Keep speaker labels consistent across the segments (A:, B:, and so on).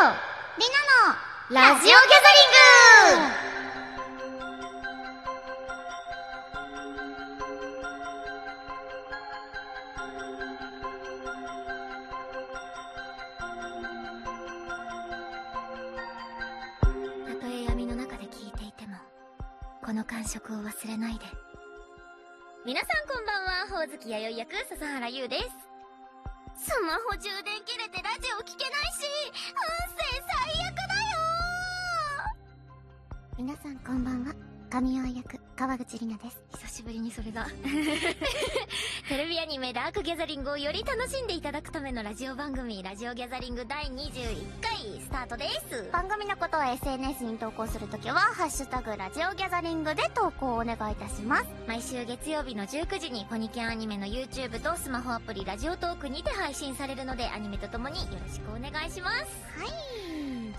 A: リナのラジオギャザリングたとえ闇の中で聞いていてもこの感触を忘れないで皆さんこんばんはほおずき弥生役笹原優ですスマホ充電切れてラジオ聞けないし音声最悪だよ皆さんこんばんは神尾役川口里奈です久しぶりにそれだテレビアニメ「ダークギャザリング」をより楽しんでいただくためのラジオ番組「ラジオギャザリング第21回」スタートです
B: 番組のことを SNS に投稿するときは「ハッシュタグラジオギャザリング」で投稿をお願いいたします
A: 毎週月曜日の19時にポニキャンアニメの YouTube とスマホアプリラジオトークにて配信されるのでアニメとともによろしくお願いします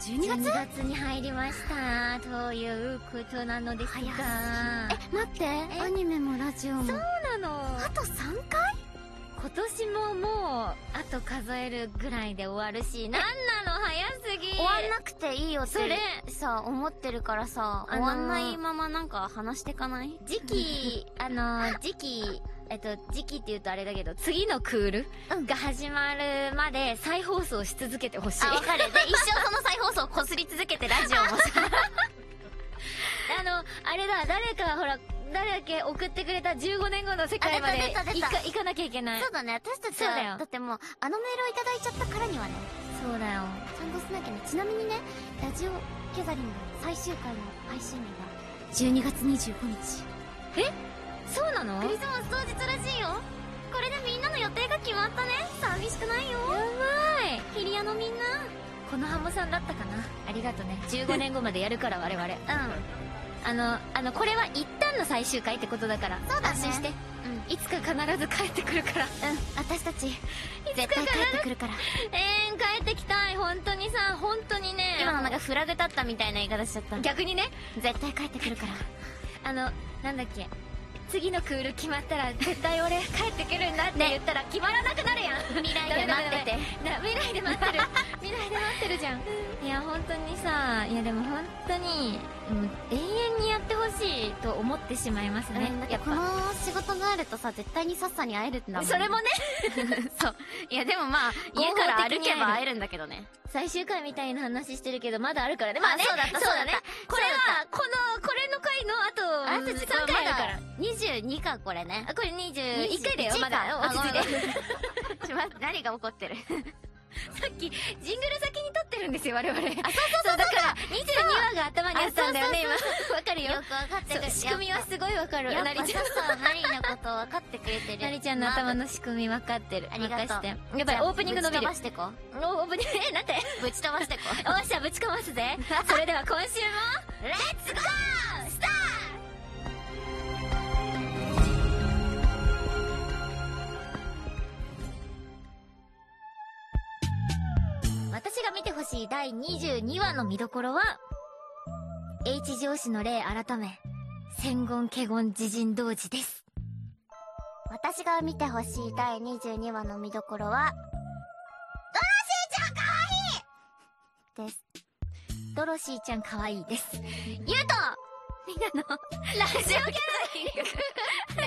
B: 12
A: ?2 月に入りましたということなのですが
B: え待ってアニメもラジオも
A: そうなの
B: あと3回
A: 今年ももうあと数えるぐらいで終わるしなんなの早すぎ
B: 終わんなくていいよって
A: それ
B: さ思ってるからさ
A: あ
B: 終
A: のー
B: わんないままなんか話してかない
A: 時 期あの時期えっと時期って言うとあれだけど次のクール
B: うん
A: が始まるまで再放送し続けてほしい
B: あわか るで一生その再放送をこすり続けてラジオもさ
A: あの、あれだ、誰か、ほら、誰だっけ送ってくれた15年後の世界まで
B: あ出た出た出
A: 行
B: た
A: か行かなきゃいけない
B: そ。うだね私たち
A: そうだよ
B: はだってもうあのメールをいただいちゃったからにはね
A: そうだよ。
B: ちゃんとしなきゃねちなみにねラジオギャザリング最終回の配信日が12月25日
A: そうなの
B: クリスマス当日らしいよこれでみんなの予定が決まったね寂しくないよ
A: やばい。
B: ヒリアのみんな
A: このハモさんだったかな。ありがとね。15年後までやるから、我々。
B: う
A: あの、あの、これは一旦の最終回ってことだから。
B: そうだね
A: 安心して。
B: んうん
A: いつか必ず帰ってくるから。
B: うん私たち絶対帰ってくるから
A: えーん、帰ってきたい。本当にさ、本当にね。
B: 今のなんかフラグ立ったみたいな言い方しちゃった
A: 逆にね。
B: 絶対帰ってくるから
A: あの、なんだっけ。次のクール決まったら絶対 俺帰ってくるんだって言ったら決まらなくなるやん。
B: 未来で待ってて
A: な未来で待ってる 未来で待ってるじゃんいや本当にさいやでも本当に、うん、永遠にやってほしいと思ってしまいますね、
B: うんだって
A: やっ
B: こ
A: ぱ
B: の仕事があるとさ絶対にさっさに会えるんだもん
A: それもね
B: そういやでもまあ
A: 合
B: 家
A: 法
B: から
A: 的に会える
B: 歩けば会えるんだけどね
A: 最終回みたいな話してるけどまだあるからねまあね
B: あそうだった
A: そうだ
B: そ
A: ね
B: うだっ
A: これはこのこれの回のあと
B: 時
A: 3
B: 間
A: 回だから
B: 22かこれね
A: あこれ21回だよ
B: 21
A: まだ
B: か
A: 落ち着いて
B: ちょっと待って何が起こって る
A: さっきジングル先に撮ってるんですよ我々あそうそうそうだから22話が頭にあったんだよ ね今わかるよ
B: よく分かってく
A: そう
B: れ
A: 仕組みはすごいわかる
B: やっぱ
A: なりちゃん
B: やっぱさマリーのこと分かってくれてる
A: なりちゃんの頭
B: の
A: の仕組み分かってる。
B: ありがとう
A: 任して。やばい、オープニング伸びる
B: ぶち飛ば。してこ
A: おオープニング、え、なんて
B: ぶち飛ばしてこ
A: おっしゃ、ぶちかますぜ。 それでは今週も、
B: レッツゴースタ
A: 私が見てほしい第22話の見どころは、H 上司の例改め、戦言華言自陣同時です。
B: ー私が見てほしい第22話の見どころはドロシーちゃんかわいいです
A: ドロシーちゃん可愛いです。ゆうとみんなの、ラジオギャラリングねえ、笑わな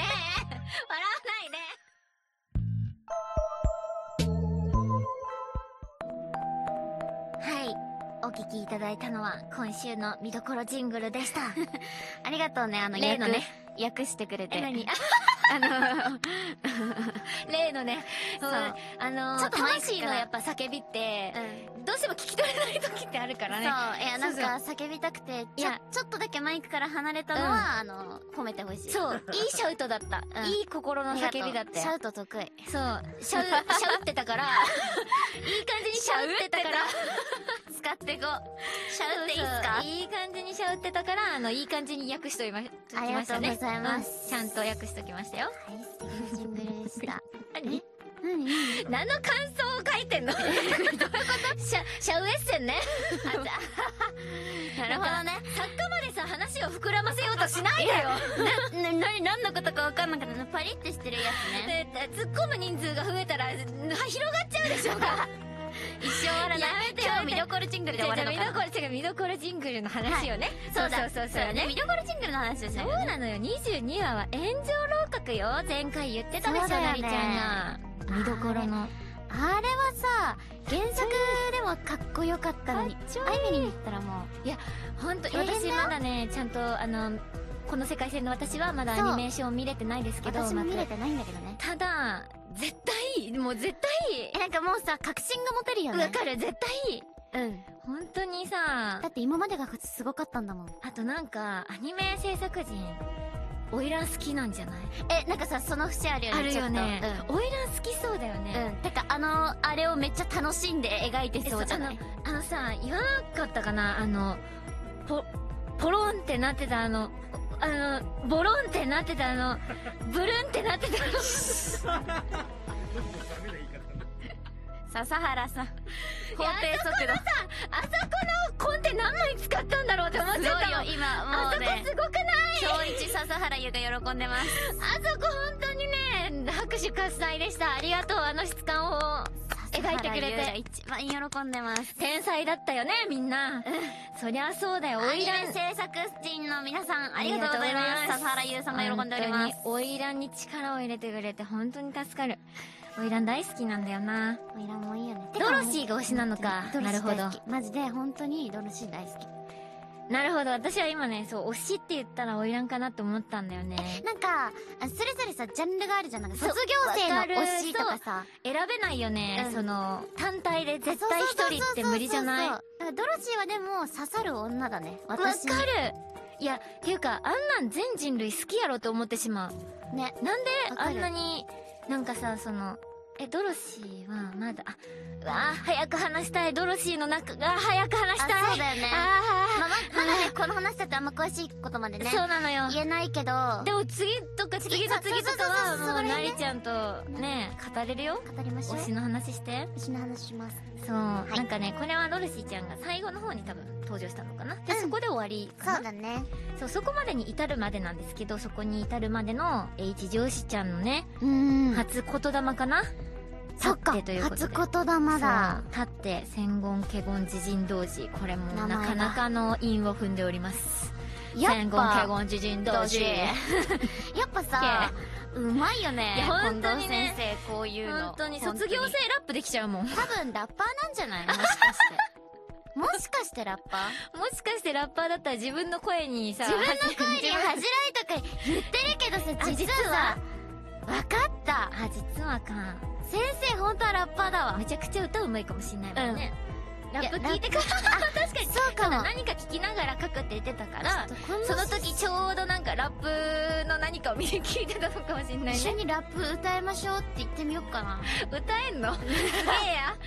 A: いで。はい。お聞きいただいたのは今週の見どころジングルで した。
B: ありがとうねあ の
A: 例のね
B: 役訳してくれて
A: え、何あ
B: あの
A: 例のね、
B: そう
A: あの
B: ちょっとマイク
A: 魂の
B: から
A: やっぱ叫びって、
B: うん
A: どうしても聞き取れない時ってあるから
B: そうい
A: ね。
B: やなんか叫びたくて
A: い
B: ちょ
A: や
B: ちょっとだけマイクから離れたのは、あの褒めてほしい
A: そう、いいシャウトだった。
B: うん
A: いい心の
B: ありがとう
A: 叫びだったよ
B: シャウト得意
A: そう、シャウ、シャウってた から、いい感じにシャウってたから、
B: 使ってこシャウっていいっす
A: そう
B: か
A: そういい感じにシャウってたから、あの、いい感じに訳しといま、とき
B: あり
A: ま
B: が
A: し
B: と
A: た
B: う
A: ね。
B: ございます
A: うんちゃんと訳しときましたよ。
B: はい素敵なジングルでした
A: 何
B: 何
A: 何の感想を書いてんのどういうことシャ、シャウエッ センね。
B: なるほどね
A: なんか作家までさ、話を膨らませようとしないでよ。
B: な何何のことか分かんなかったパリってしてるやつね
A: で突っ 込む人数が増えたら、広がっちゃうでしょうが。
B: 一生終わらない
A: やめて
B: 今
A: や
B: 日
A: めて
B: 見どころころジングルで
A: じ
B: 終
A: ゃ
B: わ
A: あじ
B: る
A: ゃあ
B: の
A: 見
B: かな
A: どころ
B: じゃあ見どころジングルの話よね、
A: そうだ
B: そうそう
A: そ
B: そうう
A: だね見どころジングルの話をし
B: そ
A: な
B: う
A: いとね
B: なのよ22話は炎上楼閣よ前回言ってたでしょ、
C: そうだよね
B: なりちゃんが見どころの
C: あれはさ原作でもかっこよかったのにアイメリに行ったらもういや
B: 本当
C: 大変だよ
B: 私まだねちゃんとあのこの世界線の私はまだ
C: そう
B: アニメーション見れてないですけど
C: 私も見れ
B: ま
C: てないんだけどね
B: あただ絶対もう絶
C: えなんかもうさ確信が持てるよ
B: 対
C: ね
B: わかる絶対
C: うん
B: 本当にさ
C: だって今までがすごかったんだもん
B: あとなんかアニメ制作人オイラン好きなんじゃない
C: えなんかさその節あるよね
B: あるよね
C: ちょっと
B: オイラン好きそうだよ
C: うん、
B: ね
C: うん、てかあのあれをめっちゃ楽しんで描いてそうじゃない
B: あのさ言わなかったかなあのポポロンってなってたあのあのボロンってなってたあのブルンってなってたあの
C: 笹原さん
B: 法定速度あそこのコンテ何枚使ったんだろうって思っ
A: すごい
B: ちゃ
A: よ
B: ったの
A: 今も
B: あ
A: う
B: そこ
A: ね
B: すごくない
A: 今日一笹原優が喜んでます
B: あそこ本当にね拍手喝采でしたありがとうあの質感を描いてくれて
A: 一番喜んでます
B: 天才だったよねみんなそりゃそうだよ
A: オ
B: オ
A: イ
B: イ
A: ラ
B: ラ
A: ン
B: ン
A: 制作陣の皆さんありがとうございます笹原優さんも喜んでおります
B: 本当にオイランに力を入れてくれて本当に助かるオイラン大好きなんだよな
C: オイランもいいよね
B: ドロシーが推しなのか
C: ドロシー大好き
B: なるほ
C: マジで本当にドロシー大好き
B: なるほど私は今ねそう推しって言ったらオイランかなって思ったんだよね
C: なんかあそれぞれさジャンルがあるじゃんなんか
B: そう
C: 卒業生
B: わかる
C: の推しとかさ
B: 選べないよね、
C: うん
B: その単体で絶対一人って無理じゃない
C: そう
B: わ
C: そうそうそうだからドロシーはでも刺さる女だね
B: かる
C: 私に
B: いやっていうかあんなん全人類好きやろと思ってしまう
C: ね
B: なんで
C: わか
B: あ
C: る
B: んなになんかさそのえドロシーはまだあうわあ早く話したいドロシーの中が早く話し
C: あ
B: たい
C: そうだよね
B: あ
C: まあままだねこの話だとあんま詳しいことまで
B: ー、
C: ね
B: そうなのよ
C: 言えないけど
B: でも次とか次と次とか
C: そうそうそうそうそう
B: はも
C: そうれね
B: なりちゃんとね語れるよ
C: 語りましょう
B: 推しの話して
C: 推しの話します
B: そう、
C: い
B: なんかねこれはドルシーちゃんが最後の方に多分登場したのかなで、
C: うん
B: そこで終わりかな
C: そうだね
B: そうそこまでに至るまでなんですけどそこに至るまでの一上司ちゃんのね、
C: うーん
B: 初言霊かな
C: そっか
B: 立ってということで
C: 初言霊だ
B: そう立って戦言華言自陣同時これも
C: 名前
B: な
C: が
B: かなかの韻を踏んでおります
C: や
B: 戦言
C: っぱ
B: 華言自陣同
C: 同
B: 時
C: 時やっぱさうま
B: い
C: いよ
B: や
C: ね
B: 本当にね
C: 近藤先生こういうの
B: 本当に卒業生ラップできちゃ うもんも
C: 多分ラッパーなんじゃないもしかして もしかしてラッパー
B: しかしてラッパーだったら自分の声にさ
C: 自分の声に
B: 自分
C: 恥じらいとか言ってるけどさ
B: あ
C: 実はさわかった
B: あ実はか
C: 先生本当はラッパーだわ
B: めちゃくちゃ歌うまいかもしんないもんね、ラップ
C: いや
B: 聞いてから 確かに
C: そうかも
B: 何か聞きながら書くって言ってたから
C: ちょっとこんな
B: その時ちょうどなんかラップの何かを見て聞いてたのかもしんない
C: 一緒
B: ね
C: にラップ歌いましょうって言ってみようかな
B: 歌えんのすげえや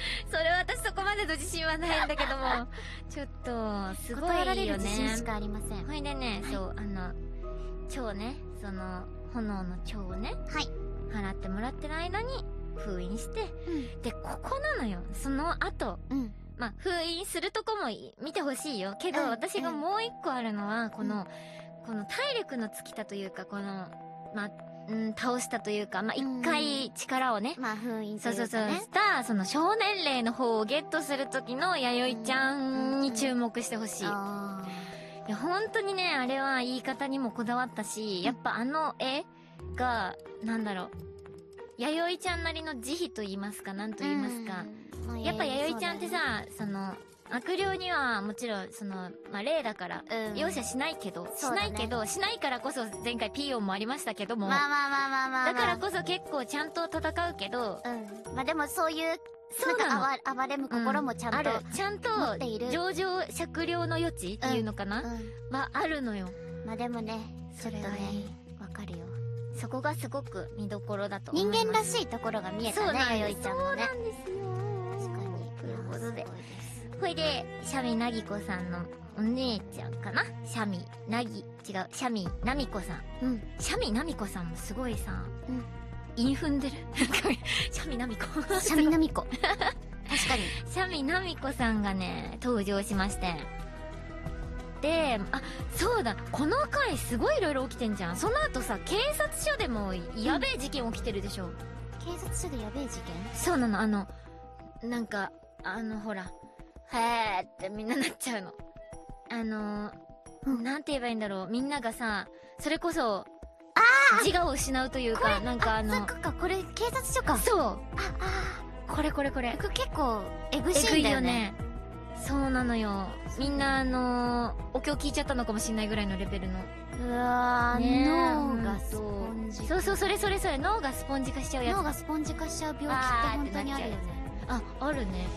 B: それ私そこまでの自信はないんだけどもちょっとすご
C: 断られ
B: い
C: る
B: よね
C: 自信しかありませんはい
B: ほいでね、そうあの蝶ねその炎の蝶をね払ってもらってる間に封印してでここなのよその後
C: うん
B: まあ、封印するとこもい見てほしいよ。け
C: うん
B: ど、私がもう一個あるのは、この、この体力の尽きたというか、この、まあ、うん、倒したというか、まあ、
C: うん
B: 一回力をね、
C: まあ封印と
B: そう
C: い
B: そううそう、
C: かね
B: した、その少年齢の方をゲットする時の弥生ちゃんに注目してほしい。い
C: あ
B: や、本当にね、あれは言い方にもこだわったし、やっぱあの絵が、なんだろう、弥生ちゃんなりの慈悲と言いますか、なん
C: ー
B: と言いますか。
C: うんまあ
B: やっぱ弥生ちゃんってさその悪霊にはもちろんその、まあ、霊だから、
C: うん
B: 容赦しないけど、し
C: そう
B: な
C: だね
B: いけどしないからこそ前回ピーヨンもありましたけども、
C: まあまあまあまあまあ
B: だから
C: こ
B: こそ結構ちゃんと戦うけど
C: うんまあでもそういう
B: そう
C: な
B: なの
C: んか暴れ暴れむ心もちゃんと
B: あるちゃんと
C: 持っている
B: 情状酌量の余地っていうのかな、
C: う
B: はあるのよ
C: んまあでもねち
B: そ
C: ょっ
B: れ
C: と
B: がい
C: ね
B: い
C: わかるよ
B: そこがすごく見どころだと思い
C: 人
B: ます
C: 間らしいところが見えたね弥生ちゃんもね
B: んですよ
C: 確かに
B: ということで
C: あーすごいす
B: ほいで、シャミナギコさんのお姉ちゃんかなシャミ、ナギ、違う、シャミ、ナミコさん。
C: うん
B: シャミ、ナミコさんもすごいさ、
C: うん
B: 韻踏んでる。 シャミ、ナ ミコ。
C: シャミナ ミコ確かに
B: シャミ、ナミコさんがね、登場しまして。で、あ、そうだ、この回すごい色々起きてんじゃん。その後さ、警察署でもやべえ事件起きてるでしょ。
C: 警察署でやべえ事件
B: そうなの、あの、なんか、あの、ほら、へーってみんななっちゃうの。あのー、
C: うん
B: なんて言えばいいんだろう。みんながさ、それこそ、自我を失うというか、なんかあ
C: そ
B: の
C: っ、かこれ警察署か
B: そう、
C: ああ
B: これこれこれ
C: ー。これ結構エグ
B: え
C: シ
B: ぐ
C: ーン
B: い
C: だよ
B: よ
C: ね
B: ね。そうなのよ。みんなあのー、お経聞いちゃったのかもしんないぐらいのレベルの。
C: うわー、
B: ねえ
C: 脳がスポンジ
B: そうそう、それそれそれ、脳がスポンジ化しちゃうやつ
C: 脳。がスポンジ化しちゃう病
B: あー
C: 気
B: っ
C: ってて本当にあるよね
B: なっあ、あるね。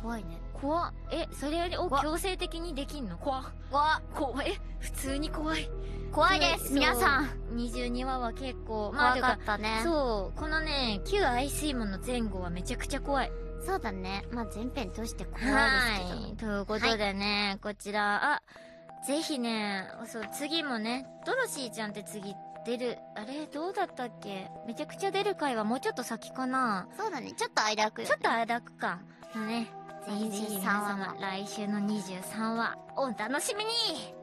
C: 怖いね
B: 怖っえ、それを
C: 怖っ
B: 強制的にできんの怖っ
C: わ
B: 怖い。え、普通に怖い。
C: 怖いです
B: そう
C: 皆さん。
B: 22話は結構、まあ、
C: 怖
B: て
C: か
B: か
C: っ、たねそう
B: そう、このね、旧 IC もの前後はめちゃくちゃ怖い。
C: だねまあ前編通して怖いですけど
B: はい。ということでね、こちら、あ、ぜひね、そう、次もね、ドロシーちゃんって次出る、あれ、どうだったっけめちゃくちゃ出る回はもうちょっと先かな。
C: そうだねちょっと間空くよ、
B: ち
C: ね、
B: ょっと間くか。のね、ぜひぜひ皆
C: 23話
B: 様、来週の23話、お楽しみに